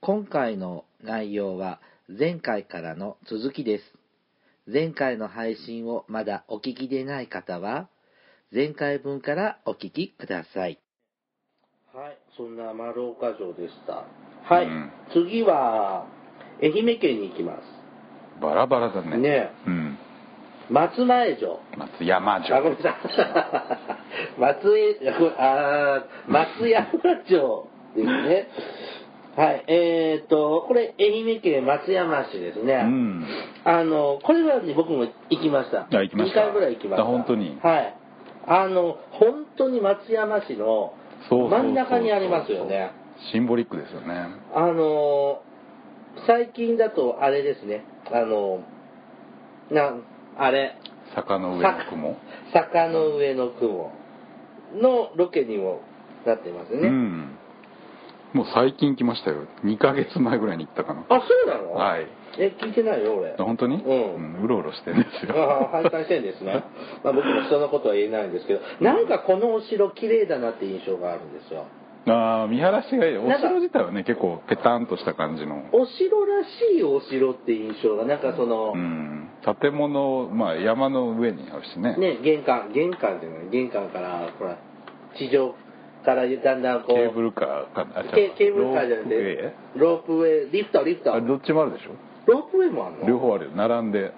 今回の内容は前回からの続きです。前回の配信をまだお聞きでない方は、前回分からお聞きください。はい、そんな丸岡城でした。はい、うん次は愛媛県に行きまバラバラだね。ねうん。す。松前城。松山あ、ご城。めんなさい。松江、あごめんあー、松山町ですね。はい、えっ、と、これ、愛媛県松山市ですね。うん。あの、これはね、僕も行きました。あ行きました2回ぐらい行きました。あ本当にはい。あの、本当に松山市のそうそうそう真ん中にありますよね。シンボリックですよね。あの、最近だと、あれですね、あの、なん、あれ、坂の上の雲。坂の上の雲のロケにもなってますね。うん。もう最近来ましたよ。2ヶ月前ぐらいに行ったかな。あ、そうなのはい。え、聞いてないよ、俺。あ本当にうんううろうろしてるんですあよ。あ、徘徊してんですね。まあ僕も人のことは言えないんですけど、なんかこのお城綺麗だなって印象があるんですよ。 ああ、見晴らしがいい。おなんか城自体はね、結構ペタンとした感じの。お城らしいお城って印象が、なんかその、うん。建物、まあ山の上にあるしね。ね、玄関、玄関じゃない、玄関から、ほら、地上からだんだんこう、ケーブルカーかな。あケケーブルカーじゃなくロープウェイて、ロープウェイ、リフト、リフト。あれどっちもあるでしロープウェイもあんょの両方あるよ。並んで。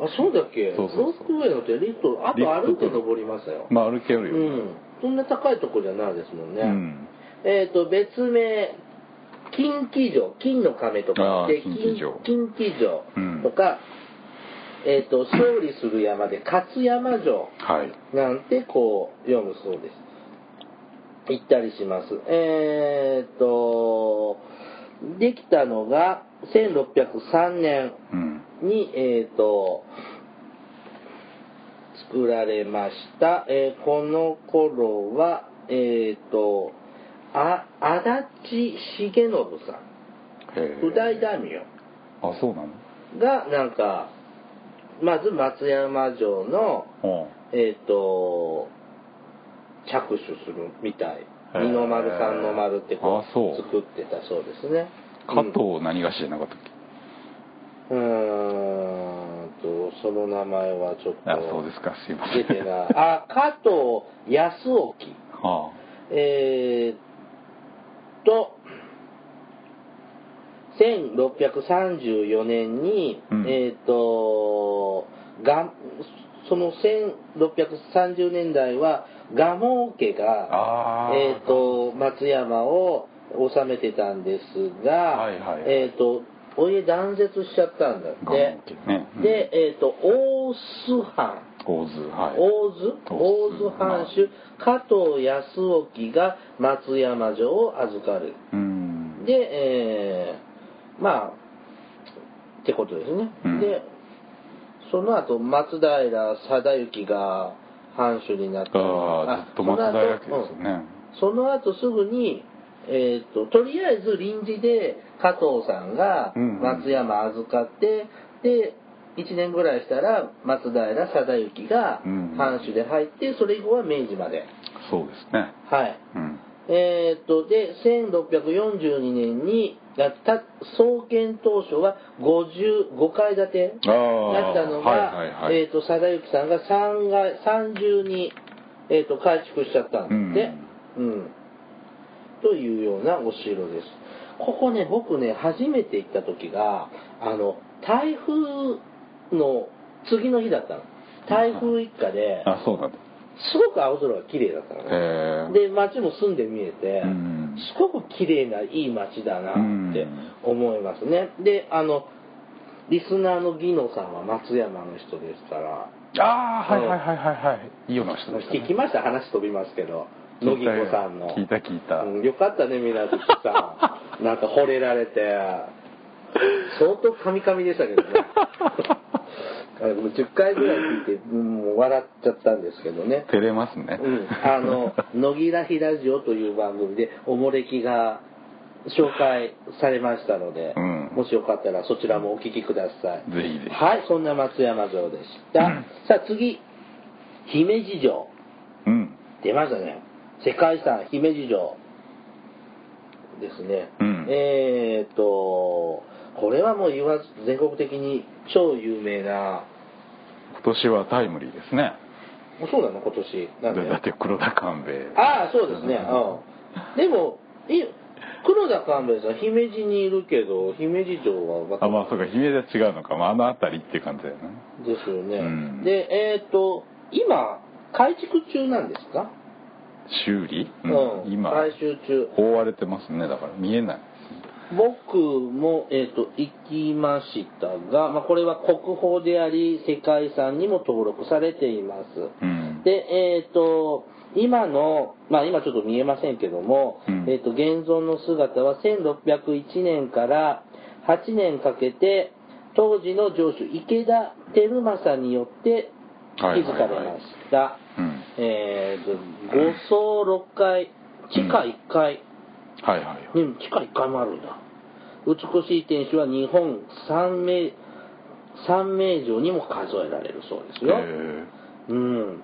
あ、そうだっけそうそうそうロープウェイのってリフト、あとリフトと歩いて登りましたよ。まあ歩けうるよね。ん。そんな高いとこじゃないですもんね。うんえっ、と、別名、金騎城、金の亀とかあーで、金金騎城金騎城うんとか、えっ、と、勝利する山で、勝山城はい。なんてこう読むそうです。行ったりします。えっ、と、できたのが1603年うん。に、えっ、と、作られました。えーこの頃は、えっ、と、あ、足立重信さん、へ不え。代大名あ、そうなのが、なんか、まず松山城の、うん。えっ、と、着手するみたい。へー二の丸三の丸ってこあうそう作ってたそうですね。加うん藤何がしじゃなかったっけ、うーんと、その名前はちょっと。あそうですかすいません出て ない。あ、加藤康興。はえー、っと、1634年に、うんえー、っと、がその1630年代は、蒲生家があ、ーえー、っと、松山を治めてたんですが、はいはいはいえー、っと、お家断絶しちゃったんだっ蒲生て。家ねうんで、えー、っと、大須藩。あ大津はい大津大津藩主加藤康興が松山城を預かるうんで、えーまあってことですね、うんでその後松平定行が藩主になったああずっと松平家ですよね、その後すぐに、えー、ととりあえず臨時で加藤さんがうんうん松山預かって、で1年ぐらいしたら松平定行がうんうん藩主で入ってそれ以後は明治までそうですねはいうんえー、とで1642年にやった創建当初は55階建てああだったのが、はいはいはいえー、と定行さんが3階3重に、えー、と改築しちゃったんで、うんというようなお城ですここね僕ね初めて行った時があの台風の次の日だったの台風一過であそうなんだすごく青空が綺麗だったのねへでえ街も住んで見えて、うんすごく綺麗ないい街だなって思いますね、であのリスナーのギノさんは松山の人ですからああはいはいはいはいはいいいような人でした、ね、聞きました話飛びますけど野木子さんの聞いた聞いた、うんよかったねみなずきさんなんか惚れられて相当カミカミでしたけ どねあれもう10回ぐらい聞いてもう笑っちゃったんですけどね照れますね、うん、あの「乃木らひラジオ」という番組でおもれきが紹介されましたので、うんもしよかったらそちらもお聞きください ぜひぜひはいそんな松山城でした、うんさあ次姫路城うん出ましたね世界遺産姫路城ですねうんうんえーっと、これはもう言わず、全国的に超有名な、今年はタイムリーですねもうそうなの今年。なんでだだって黒田官兵衛ああ、そうですね。うん。でも、い黒田官兵衛さん、姫路にいるけど、姫路城はまたあまあそうか姫路は違うのか、まあ、あの辺りっていう感じだよねですよね。うんで、えーっと、今、改築中なんですか修理、うん。今改修中。覆われてますねだから見えない僕も、えー、と行きましたが、まあ、これは国宝であり世界遺産にも登録されていますうんでえっ、と今の、まあ、今ちょっと見えませんけども、うんえー、と現存の姿は1601年から8年かけて当時の城主池田輝政によって築かれました、うんえっ、と5層6階地下1階、はいはいはいうん、地下1階もあるんだ。美しい天守は日本三名、三名城にも数えられるそうですよ。えうん。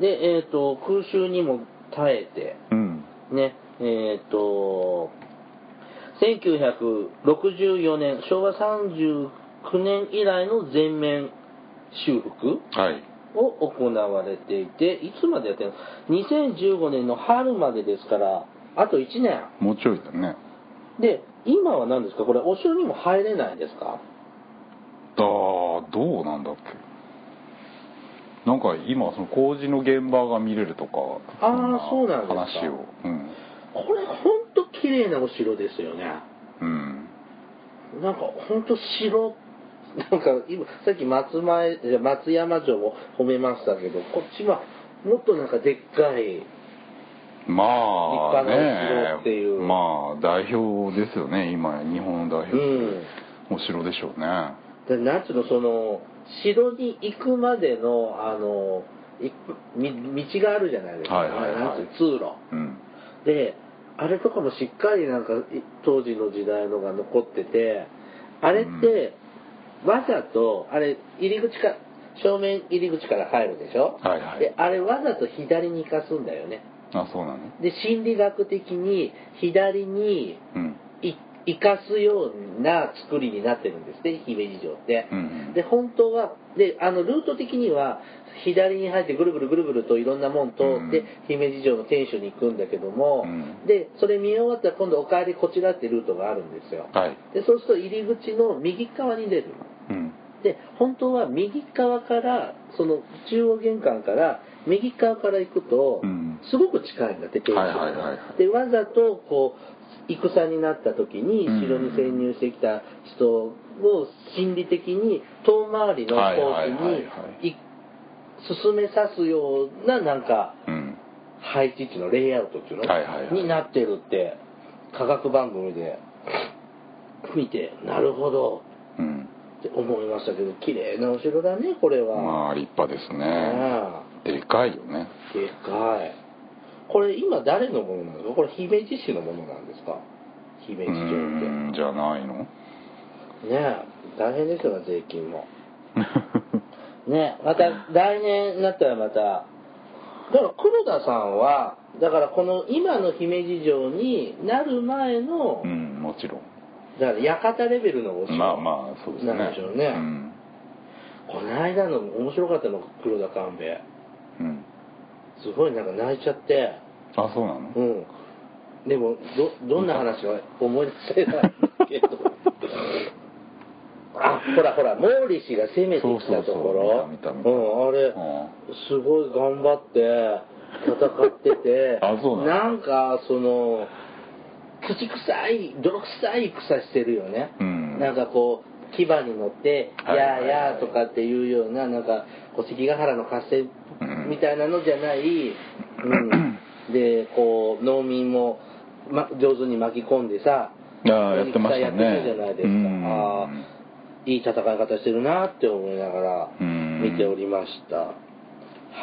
で、えっ、と、空襲にも耐えて、ーうんね、えっ、と、1964年、昭和39年以来の全面修復はいを行われていて、いつまでやってるの ?2015 年の春までですから、あと1年。もうちょいだねで、今は何ですかこれ、お城にも入れないんですかだどうなんだっけなんか今その工事の現場が見れるとかあーそうなんですか話をうん、これ、ほんと綺麗なお城ですよね。うん、なんか、ほんと城、なんか、今、さっき松前、いや松山城も褒めましたけど、こっちは、もっとなんかでっかい、まあ立派なお城ねっていうまあ代表ですよね今日本を代表するお城でしょうね、でなんつうの、その、城に行くまでの、あの、いみ道があるじゃないですか。はいはいはいなんつうの通路。うんであれとかもしっかりなんかい当時の時代のが残っててあれって、わざとあれ入り口か正面入り口から入るでしょ、はいはいであれわざと左に行かすんだよねあそうなので心理学的に左にうんい生かすような作りになってるんですね姫路城って、うんうんで本当はであのルート的には左に入ってぐるぐるぐるぐるといろんなもん通って、うん姫路城の天守に行くんだけども、うんでそれ見終わったら今度「お帰りこちら」ってルートがあるんですよはいでそうすると入り口の右側に出るうんで本当は右側からその中央玄関から右側から行くと、うんすごく近いんだって天守がはいはいはいはいでわざとこう戦になった時にうん城に潜入してきた人を心理的に遠回りのコースはいはいはいはにい進めさすようななんかうん配置地のレイアウトっていうの、はいはいはいになってるって科学番組で見てなるほどうんって思いましたけど綺麗なお城だねこれは、まあ立派ですねねでかいよねえでかいこれ今誰のものなんですかこれ姫路市のものなんですか姫う路城ってんじゃないの ねえ大変ですよね税金もねえまた来年になったらまただから黒田さんはだからこの今の姫路城になる前の、うんもちろんだから館レベルのお城まあまあそうですねなんでしょうねうんこの間の面白かったの黒田官兵衛うんすごいなんか泣いちゃってあそうなのうんでもどどんな話を思い出せないけ どあほらほら毛利氏が攻めてきたところそうそうそう見た見た見たうん、あれうんすごい頑張って戦ってて あそうなんだなんかその口臭い泥臭い草してるよね、うんなんかこう牙に乗って「はいやーはいやはー」といかっていうようななんかこう関ヶ原の合戦うんみたいなのじゃない、うん、でこう農民も、ま、上手に巻き込んでさああやってましたねやってるじゃないですか、うんああいい戦い方してるなって思いながらうん見ておりました、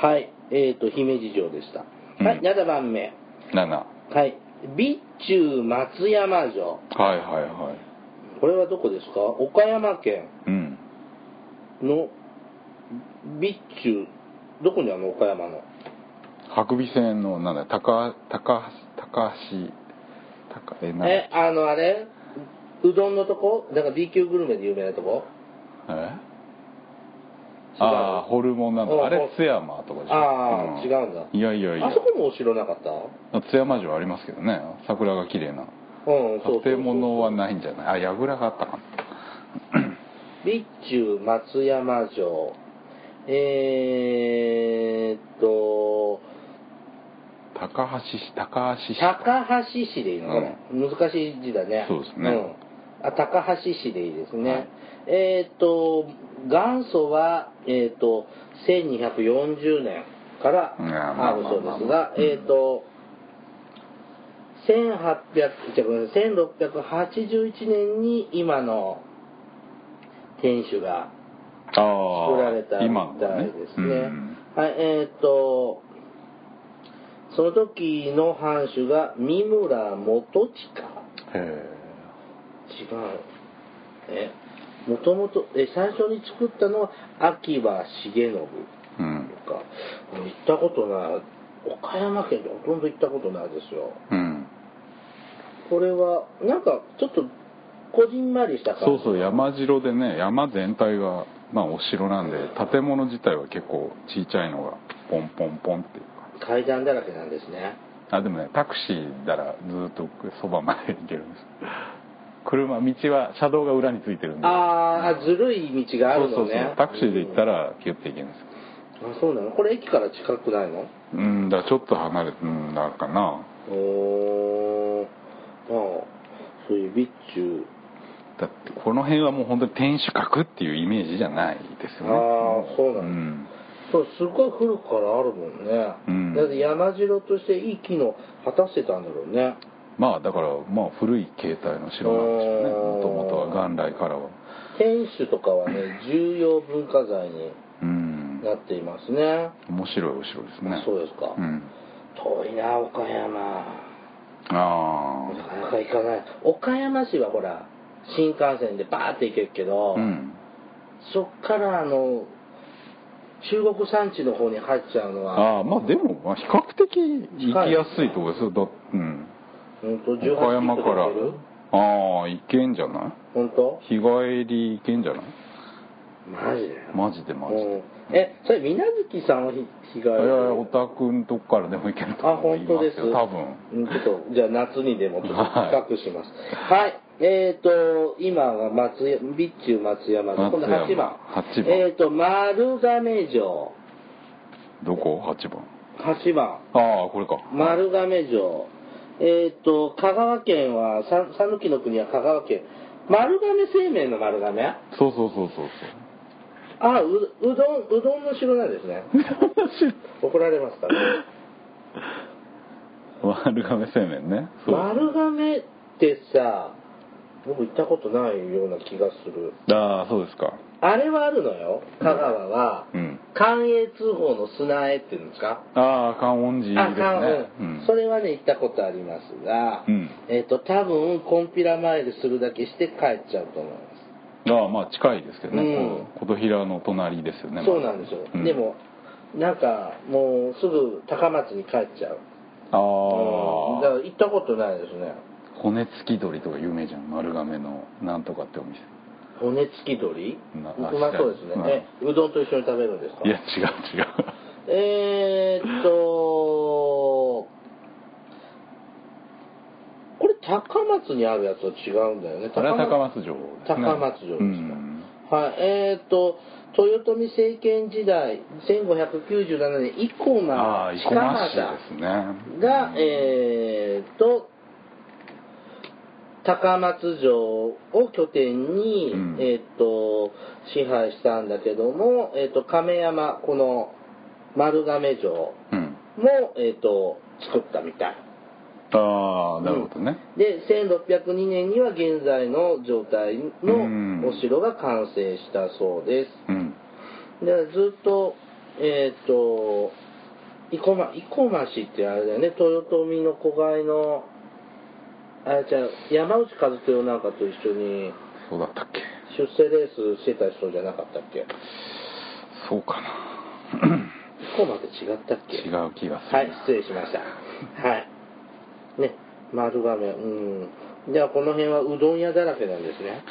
はいえー、と姫路城でした、うんはい7番目7ははい備中松山城いはいはいこれはどこですか岡山県うんの備中どこにあるの岡山の白尾線のなんだ高高橋高橋高えなえあのあれうどんのとこなんか B 級グルメで有名なとこえああホルモンなうんのあれ津山とかでしょああ、うん違うんだいやいやいやあそこもお城なかった津山城ありますけどね桜が綺麗なうんそうそうそう建物はないんじゃないあ櫓があったかな備中松山城えーっと高橋市高橋市高橋市でいいのかな、難しい字だねそうですねんあ高橋市でいいですね、はいえーっと元祖はえーっと1240年からいやまああるまあそうですがまあまあえーっと1800じゃあごめんなさい1681年に今の天守がああ作られたみ今のたはいねですね。うんはい、えーっと、その時の藩主が三村元親へえ違う。え、もともと、え、最初に作ったのは秋葉重信とうんか、もう行ったことない。岡山県でほとんど行ったことないですよ。うんこれは、なんか、ちょっと、こじんまりした感じ。そうそう山城でね山全体がまあお城なんで建物自体は結構ちいちゃいのがポンポンポンっていう階段だらけなんですね。かあでもねタクシーならずーっとそばまで行けるんです車道は車道が裏についてるんであー、ずるい道があるのね。そうそうそうタクシーで行ったららキュッて行けるんですあそうなのこれ駅から近くないのうんだからちょっと離れてうんだかなおーまあそういう備中だってこの辺はもう本当に天守閣っていうイメージじゃないですよねああそううなんだ、んそうすごい古くからあるもんね、うんだって山城としていい機能果たしてたんだろうねまあだからまあ古い形態の城なんでしょうねうんもともとは元来からは天守とか はね重要文化財にうんなっていますね、面白いお城ですねそうですか、うん遠いな岡山あなかなか行かない岡山市はほら新幹線でバーって行けるけあど、うんそっからあの中国山地の方に入っちゃうのはああまあでもまあ比較的行きやすいとこですよだうん本当18岡山キロから出てるああ行けんじゃない本当日帰り行けんじゃないマジでマジでマジでうんえそれ水無月さんは日日帰りいやいやお宅んとこからでも行けるとあ思い本当まですすよか多分うんちょっとじゃあ夏にでもちょっと比較しますはい、えっ、と今は松山備中松山で今度松山8番八番えっ、と丸亀城どこ8番8番ああこれか丸亀城えっ、と香川県はさ讃岐の国は香川県丸亀製麺の丸亀あそうそうそうそうううどんうどんの城なんですねそう怒られますから 丸亀製麺ねそう丸亀ってさ僕行ったことないような気がするああそうですかあれはあるのよ香川は、うん関越通報の砂絵っていうんですかああ観音寺あですね関うんそれはね行ったことありますが、うんえっ、と多分コンピラ参りするだけして帰っちゃうと思いますああまあ近いですけどね、うん琴平の隣ですよねそうなんですよ、うんでもなんかもうすぐ高松に帰っちゃううんだかああら行ったことないですね骨付き鳥とか有名じゃん丸亀のなんとかってお店骨付き鳥うなまそうですね、うんえうどんと一緒に食べるんですかいや違う 違うえーっと、これ高松にあるやつと違うんだよね。これは高松城ですね高松城ですかうんはい、えーっと、豊臣政権時代、1597年、生駒、ああ生近駒市で畑すねが、えーっと、高松城を拠点に、うんえーっと、支配したんだけども、えーっと、亀山、この丸亀城、うんも、えー、と作ったみたいああなるほどね、で1602年には現在の状態うんのお城が完成したそうでうんすでずっとえっ、と生駒生駒市ってあれだよね豊臣の子飼いのあれじゃう山内和豊なんかと一緒にそうだったっけ出世レースしてた人じゃなかったっけそうかな生駒って違ったっけ違う気がするなはい、失礼しました。はい。ね、丸亀、うん。じゃあこの辺はうどん屋だらけなんですね。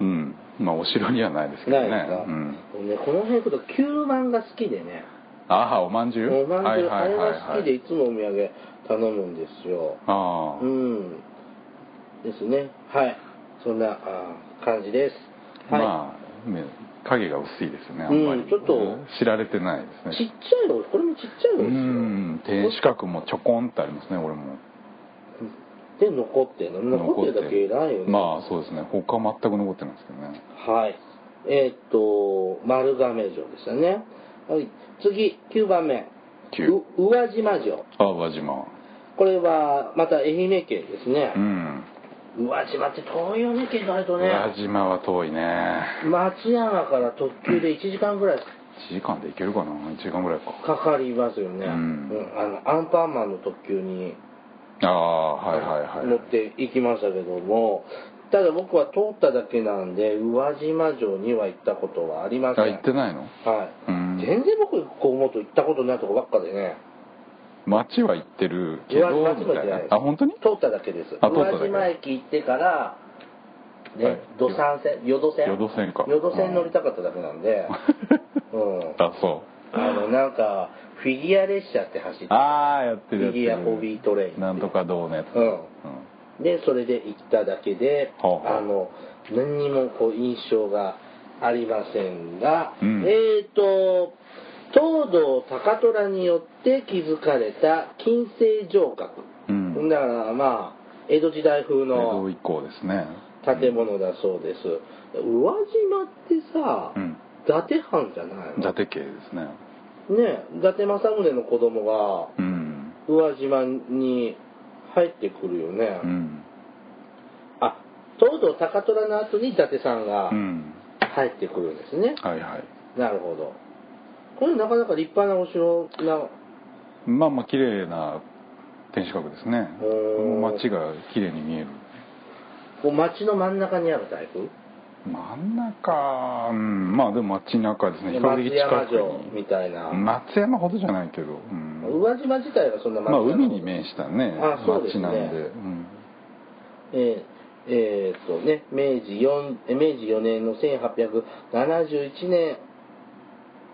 うんまあお城にはないですけどないねですか、うん、ねこの辺行くと吸盤が好きでね。ああおまんじゅうおまんじゅう、あれが好きでいいつもお土産頼むんですよ。ああ、うん。ですね。はい。そんなあー感じです。はい。まあ、ね、影が薄いですねあんまり、うんちょっとうん知られてないですねちっちゃいお、これもちっちゃいおうですよ。ん天守閣もちょこんってありますね俺もで残ってるの残ってるだけ偉いよね、まあそうですね他全く残ってないですけどねはいえーっと丸亀城でしたね、はい、次9番目九う宇和島城ああ輪島これはまた愛媛県ですねう、ん宇和島って遠いよね県外とね輪島は遠いね松山から特急で1時間ぐらい1時間で行けるかな1時間ぐらいかかかりますよね、うんうんあのアンパンマンの特急にああはいはい乗はっいて行きましたけども、ただ僕は通っただけなんで宇和島城には行ったことはありませんあ行ってないのはうい、ん全然僕こう思うと行ったことないとこばっかでね町は行ってるけ宇ど和島みも行ったてないいなですあ本当に通っただけですあ宇通っただ和け島駅行ってからね、はい土産線淀線淀線か淀線乗りたかっただけなんでうんあそあのなんかフィギュア列車って走っうああやってるやてフってィギュるアホビートレインなんとかどうのやつうんうんでそれで行っただけで、はあはああの何にもこう印象がありませんが、うんえっ、と東堂高虎によって築かれた金星城郭、うんだからまあ江戸時代風江戸の以降ですね建物だそうです、宇和島ってさ、うん伊達藩じゃない伊の達家ですねね伊達政宗の子供がうん宇和島に入ってくるよね、うんあ、東堂高虎の後に伊達さんがうん入ってくるんですね。はいはいなるほど。これなかなか立派なお城な、まあまあ綺麗な天守閣ですねおー街が綺麗に見えるこう街の真ん中にあるタイプ真ん中うんまあでも街中ですね比較松的山近城くみにたいな。松山ほどじゃないけど、うん宇和島自体がそんなまあ真ん中海に面したねあそうです街ねなんで、うん、えーえーっとね、明治4、え明治4年の1871年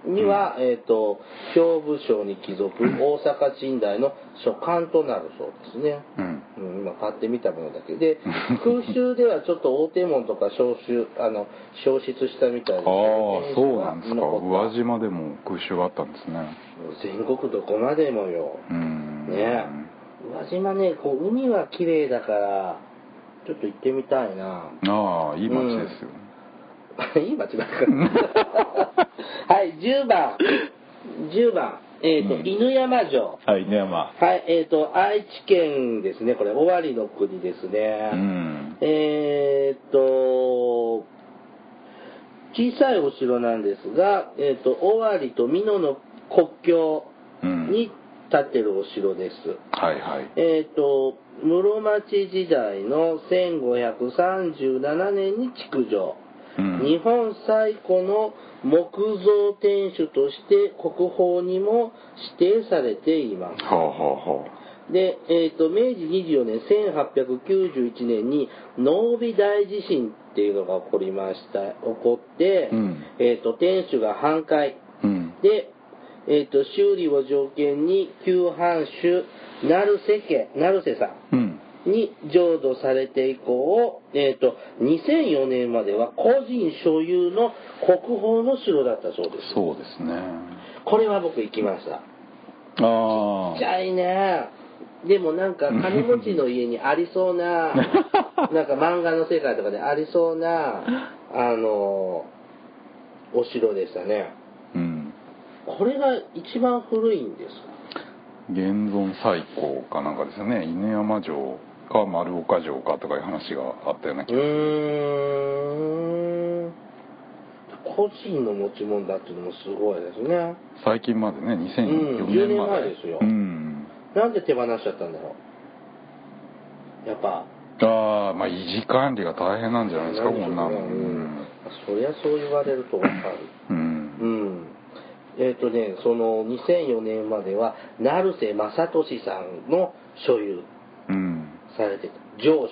には、えーっと、兵部省に帰属、大阪鎮大の所管となるそうですね。うん、うん、今買ってみたものだけ で空襲ではちょっと大手門とか消臭あの消失したみたいああですねそうなんですか宇残っ和島でも空襲があったんですねた全国どこまでもようんね宇和島ねこう海は綺麗だからちょっと行ってみたいな ああいい街ですよ、いい 街だからはい10番10番えっ、と、うん犬山城はい犬山はいえっ、と愛知県ですねこれ尾張の国ですね、うんえーっと、小さいお城なんですが、えーっと、尾張と美濃の国境うんに建ってるお城です。はいはいえーっと、室町時代の1537年に築城。うん日本最古の木造天守として国宝にも指定されています。はあはで、えっと明治24年1891年に濃尾大地震っていうのが起こりました起こって、うんえっと天守が半壊あはあうんで、えっと修理を条件に旧藩主成瀬家成瀬さんうんに浄土されて以降、えっと2004年までは個人所有の国宝の城だったそうですそうですねこれは僕行きましたあちっちあゃいねでもなんか金持ちの家にありそう ななんか漫画の世界とかでありそうなあのお城でしたねうんこれが一番古いんです現存最高かなんかですよね犬山城か丸岡城かとかいう話があったような気うがーん個人の持ち物だっていうのもすごいですね最近までねう2004ん10年年ま前でですようんなんで手放しちゃったんだろうやっぱああまあ維持管理が大変なんじゃないですかんでしこょうんねなのううんん、そりゃそう言われるとわかるうんうん。えっ、とね、その2004年までは、成瀬正俊さんの所有うんされてた、城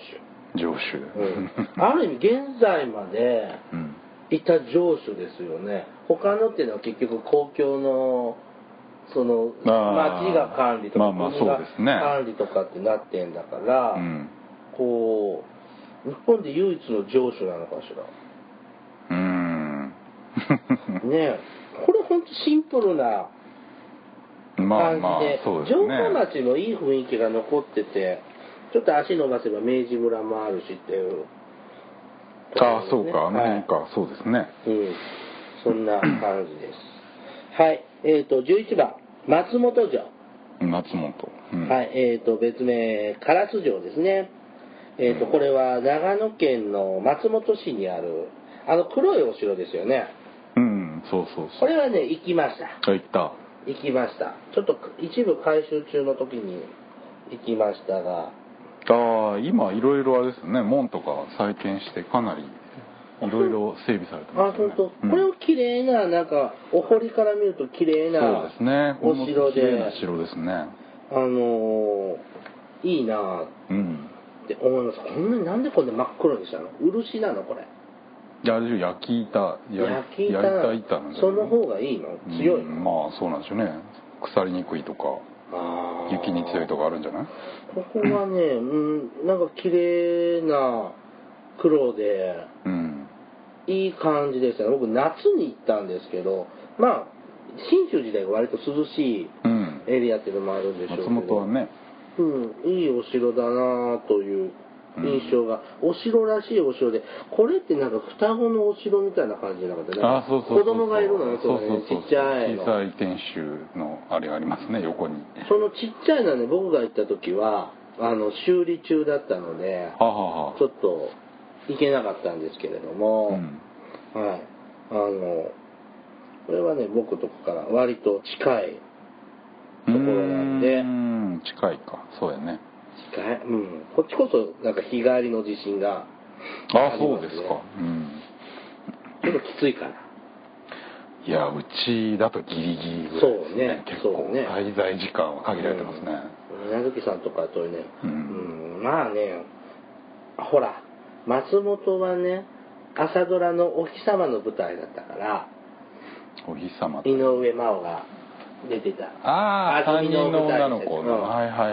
主。上州、 うん、ある意味現在までうんいた城主ですよね他のっていうのは結局公共のそのあー町が管理とかまあまあ国がそうですね管理とかってなってんだから、うんこう日本で唯一の城主なのかしらうーんねえこれ本当シンプルな まあまあ感じでそうです城ね下町のいい雰囲気が残っててちょっと足伸ばせば明治村もあるしっていうああそうかあのはい辺か、そうですねうん、そんな感じです。はい、えっ、と、11番、松本城。松本、うんはい、えっ、と、別名、唐津城ですね。えっ、と、うんこれは長野県の松本市にある、あの黒いお城ですよね。うんそうそうこそうれはね、行きました。あ行った行きました。ちょっと一部改修中の時に行きましたが、ああ今いろいろあれですね門とか再建してかなりいろいろ整備されてまあ、す本よね当、うんこれを綺麗な、なんか、お堀から見ると綺麗そうなですねおこれ城もで、綺麗な城ですねあのーいいなぁうんって思いますこんなになんでこんな真っ黒にしたの漆なのこれであれでしょ焼き板や焼き板焼いた板なんだよねその方がいいの強いの、うんまあそうなんですよね腐りにくいとかあー雪に強いとかあるんじゃないここはね、うん、なんか綺麗な黒でうんいい感じでしたね僕夏に行ったんですけどまあ信州時代が割と涼しいうんエリアっていうのもあるんでしょうけ松ど本はねうん、いいお城だなぁという印象が、お城らしいお城でこれってなんか双子のお城みたいな感じじゃなかったなんあかそうそうそ子う供がいるのねそうそうそそううねちっちゃいの小さい天守のあれがありますね横にそのちっちゃいのはね僕が行った時はあの修理中だったのではははちょっと行けなかったんですけれどうも、んはいあのこれはね僕とかから割と近いところなんでうーん近いかそうやね近い、うん、こっちこそなんか日帰りの地震があそうですかうんちょっときついからいやうちだとギリギリぐらいですね結そうね構そうね滞在時間は限られてますねうん稲月さんとかとね、うんうんまあねほら松本はね朝ドラの「お日様の舞台だったからお日様井上真央が出てたあああ三君人の女の舞子台ですうんはいはい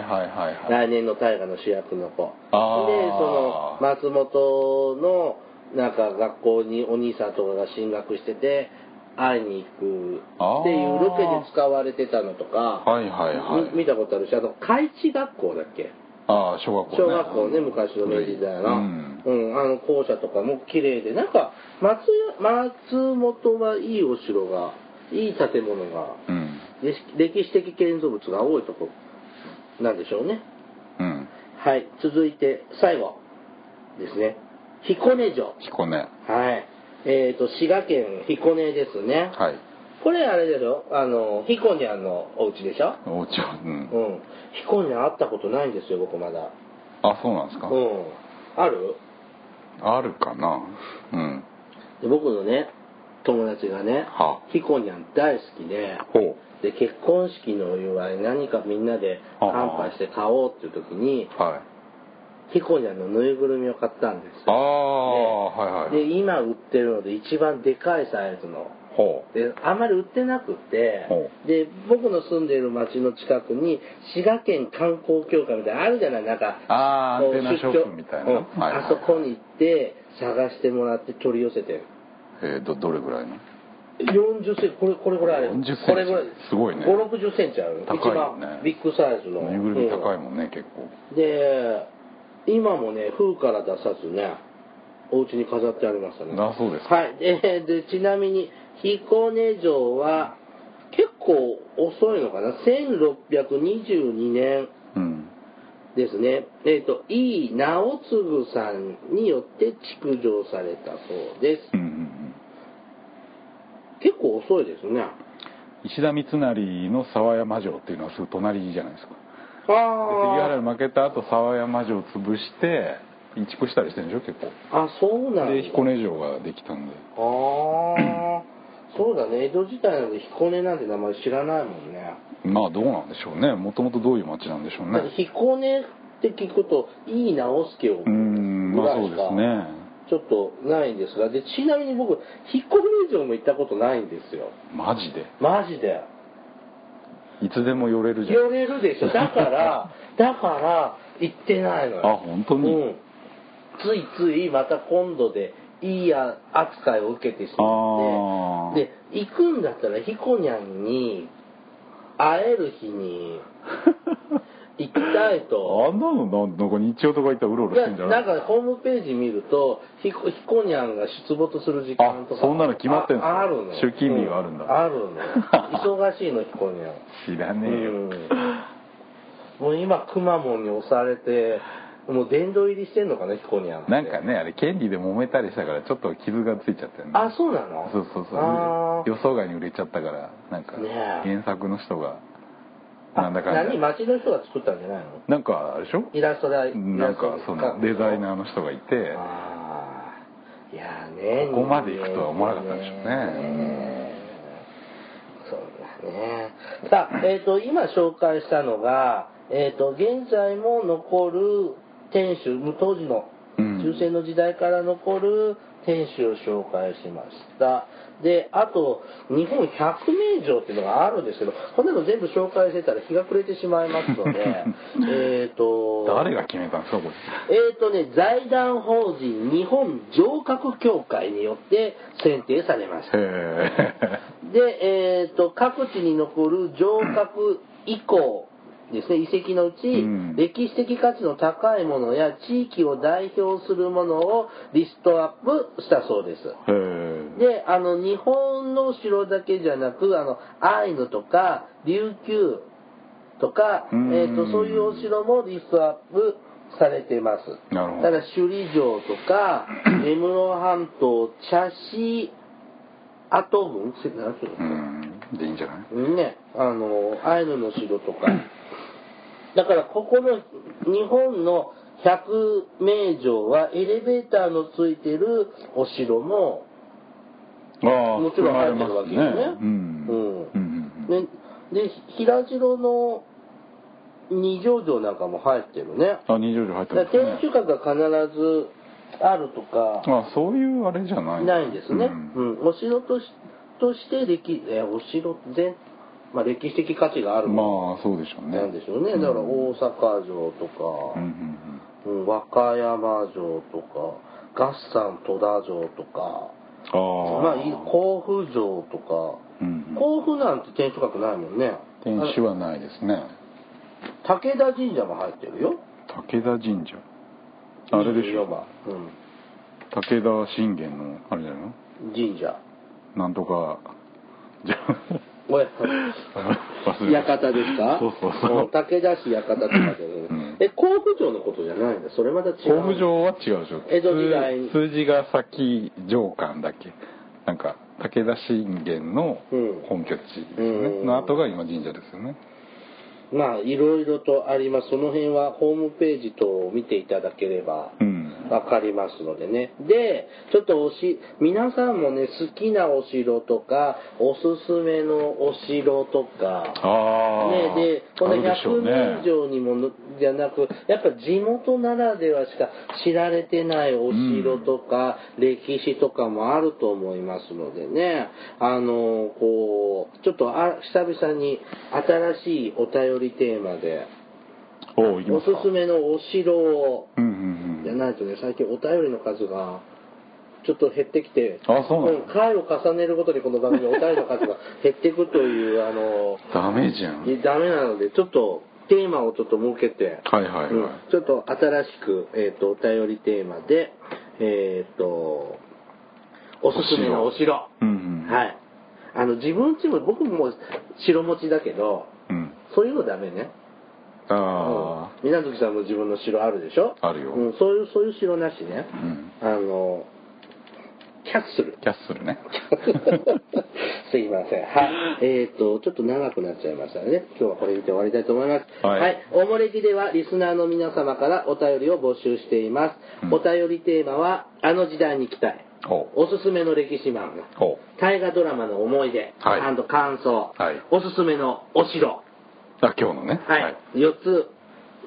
はいはいはい来年の大河の主役の子であーその松本のなんか学校にお兄さんとかが進学してて会いに行くっていうロケで使われてたのとか、はいはいはいみ見たことあるしあと開智学校だっけああ小学校ね小学校ね、昔の明治時代の、ううんん、あの校舎とかも綺麗で、なんか松屋、松本はいいお城が、いい建物が、うん歴歴史的建造物が多いとこなんでしょうね。うんはい、続いて最後ですね。彦根城。彦根ははい。えーと、滋賀県彦根ですね。いこれあれでしょあの、彦根のお家でしょお家はうんうん。彦根会ったことないんですよ、僕まだ。あそうなんですうかん。あるあるかなうんで僕のね友達がねはひこにゃん大好きでほうで結婚式のお祝い何かみんなでああ乾杯して買おうっていう時にはいひこにゃんのぬいぐるみを買ったんですあよあはいはいで今売ってるので一番でかいサイズのほであまり売ってなくてほで僕の住んでいる町の近くに滋賀県観光協会みたいなのあるじゃないなんかうああアこンうテナショップみたいな出張うんはいはいあそこに行って探してもらって取り寄せてるえーどどれぐらいの40センチこれこれぐらいある40センチこれぐらいすごいね5 6 0センチある高いよね一番ビッグサイズのぬいぐるみ高いうんもんね結構で今もね封から出さずねお家に飾ってありましたねあそうですかはいで でちなみに彦根城は結構遅いのかな1622年うんですねえっ、と井伊直次さんによって築城されたそうですうんうんうん結構遅いですね石田三成の沢山城っていうのはすぐ隣じゃないですかあであ杉原に負けた後沢山城を潰して移築したりしてるんでしょ結構あそうなんだで彦根城ができたんでああそうだね江戸時代なんで彦根なんて名前知らないもんねまあどうなんでしょうねもともとどういう町なんでしょうだってね彦根って聞くと井伊直輔をうーんうんぐまあらいそうしでかすねちょっとないんですがでちなみに僕引っ越し城も行ったことないんですよマジでマジでいつでも寄れるじゃん寄れるでしょだから だから行ってないのよあ本当に、うん、ついついまた今度でいいや扱いを受けてしまあっーてで行くんだったらひこにゃんに会える日 に行きたいとあんなのなんなんか日曜とか行ったらうろうろいしやてんじゃなないんかホームページ見るとひこひこにゃんが出没する時間とかあそんなの決まってんすかああるの出勤日があるんだうある の忙しいのひこにゃん知らねえよ、うんもう今くまモンに押されてもう殿堂入りしてんのかなひこにゃんってなんかねあれ権利で揉めたりしたからちょっと傷がついちゃったよねあそうなのそうそうそうあー予想外に売れちゃったからなんかねえ原作の人があなんだかんだ何町の人が作ったんじゃないのなんかあれでしょイラストだなんかそのデザイナーの人がいてああいやーねここまで行くとは思わなかったでしょうねそうだねさ あえっ、と今紹介したのがえっ、と現在も残る店主当時のうん中世の時代から残る店主を紹介しましたであと日本百名城っていうのがあるんですけどこんなの全部紹介してたら日が暮れてしまいますの でえっと誰が決めたんですかこれえーとね、財団法人日本城郭協会によって選定されました。へえで、えーと、各地に残る城郭以降ですね、遺跡のうち、うん歴史的価値の高いものや地域を代表するものをリストアップしたそうです。へえで、あの、日本の城だけじゃなく、あの、アイヌとか、琉球とか、えうんーと、そういうお城もリストアップされてます。なるほどだから、首里城とか、根室半島、茶師跡郡せなんていううのんでいいんじゃないね、あの、アイヌの城とか。だから、ここの日本の百名城は、エレベーターのついてるお城も、ああもちろん入ってるわけですね含まれますうんうんうんうんね、で、平城の二条城なんかも入ってるね。あ二条城入ってだからます天ね守閣が必ずあるとか、あそういうあれじゃないないんですね。ううんん、お城としとして歴、えお城全、まあ、歴史的価値があるもまあそうでしょのうねなんでしょうね。だからうん大阪城とうんか、うんうん和歌山城とか、合山戸田城とか、うんまあああ、い甲府城とか、うん甲府なんて天守閣ないもんね。天守はないですね武田神社も入ってるよ。武田神社あれでしょ24番武田信玄のあれじゃないのうん。神社。なんとかじゃおや忘れた館ですかそうそうそん武う田市館とかで、んえ、甲府城のことじゃないんだ。それまた違う。甲府城は違うでしょ江戸時代数数字が先上官だっけなんか武田信玄のうん本拠地ですね、うんの後が今神社ですよねまあ、いろいろとあります。その辺はホームページ等を見ていただければ。うんわかりますのでね。で、ちょっとおし、皆さんもね、好きなお城とか、おすすめのお城とか、ああ、ね、でこのあるでしょう100年以ね上にものじゃなくやっぱ地元ならではしか知られてないお城とか、歴史とかもあると思いますのでねあのこうちょっとあ久々に新しいお便りテーマでおお行きおますすかすめのお城をうんうんじうゃんないとね最近お便りの数がちょっと減ってきて。あそうなの、うん回を重ねるごとにこの番組お便りの数が減っていくというあのダメじゃんはいやダメなので、ちょっとテーマをちょっと設けて、いはいはい、うんちょっと新しく、えっ、と、お便りテーマで、えっ、と、おすすめのお城。うんうんはい。あの、自分ちも、僕も城持ちだけど、うんそういうのダメね。あうん。水無月さんも自分の城あるでしょあるようん、そういう、そういう城なしねあ、う。あん、の、キャッスル。キャッスル ねすいません。はい。えっ、と、ちょっと長くなっちゃいましたね。今日はこれにて終わりたいと思います。はいおもれきではリスナーの皆様からお便りを募集しています。うんお便りテーマは、あの時代に行きたい。おうおすすめの歴史漫画。おう大河ドラマの思い出、はい&感想、はいおすすめのお城、あ今日のねはい、4つ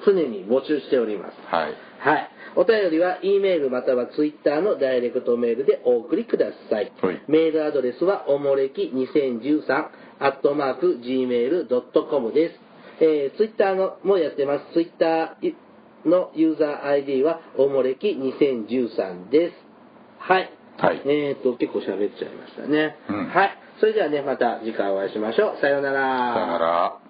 常に募集しております。はいはい。お便りは E メールまたは Twitter のダイレクトメールでお送りください。はいメールアドレスはおもれき2013アットマーク Gmail.com です。えー、Twitter のもやってます。Twitter のユーザー ID はおもれき2013です。はい。はいえーと、結構喋っちゃいましたね。うんはい。それではね、また次回お会いしましょう。さようなら。さよなら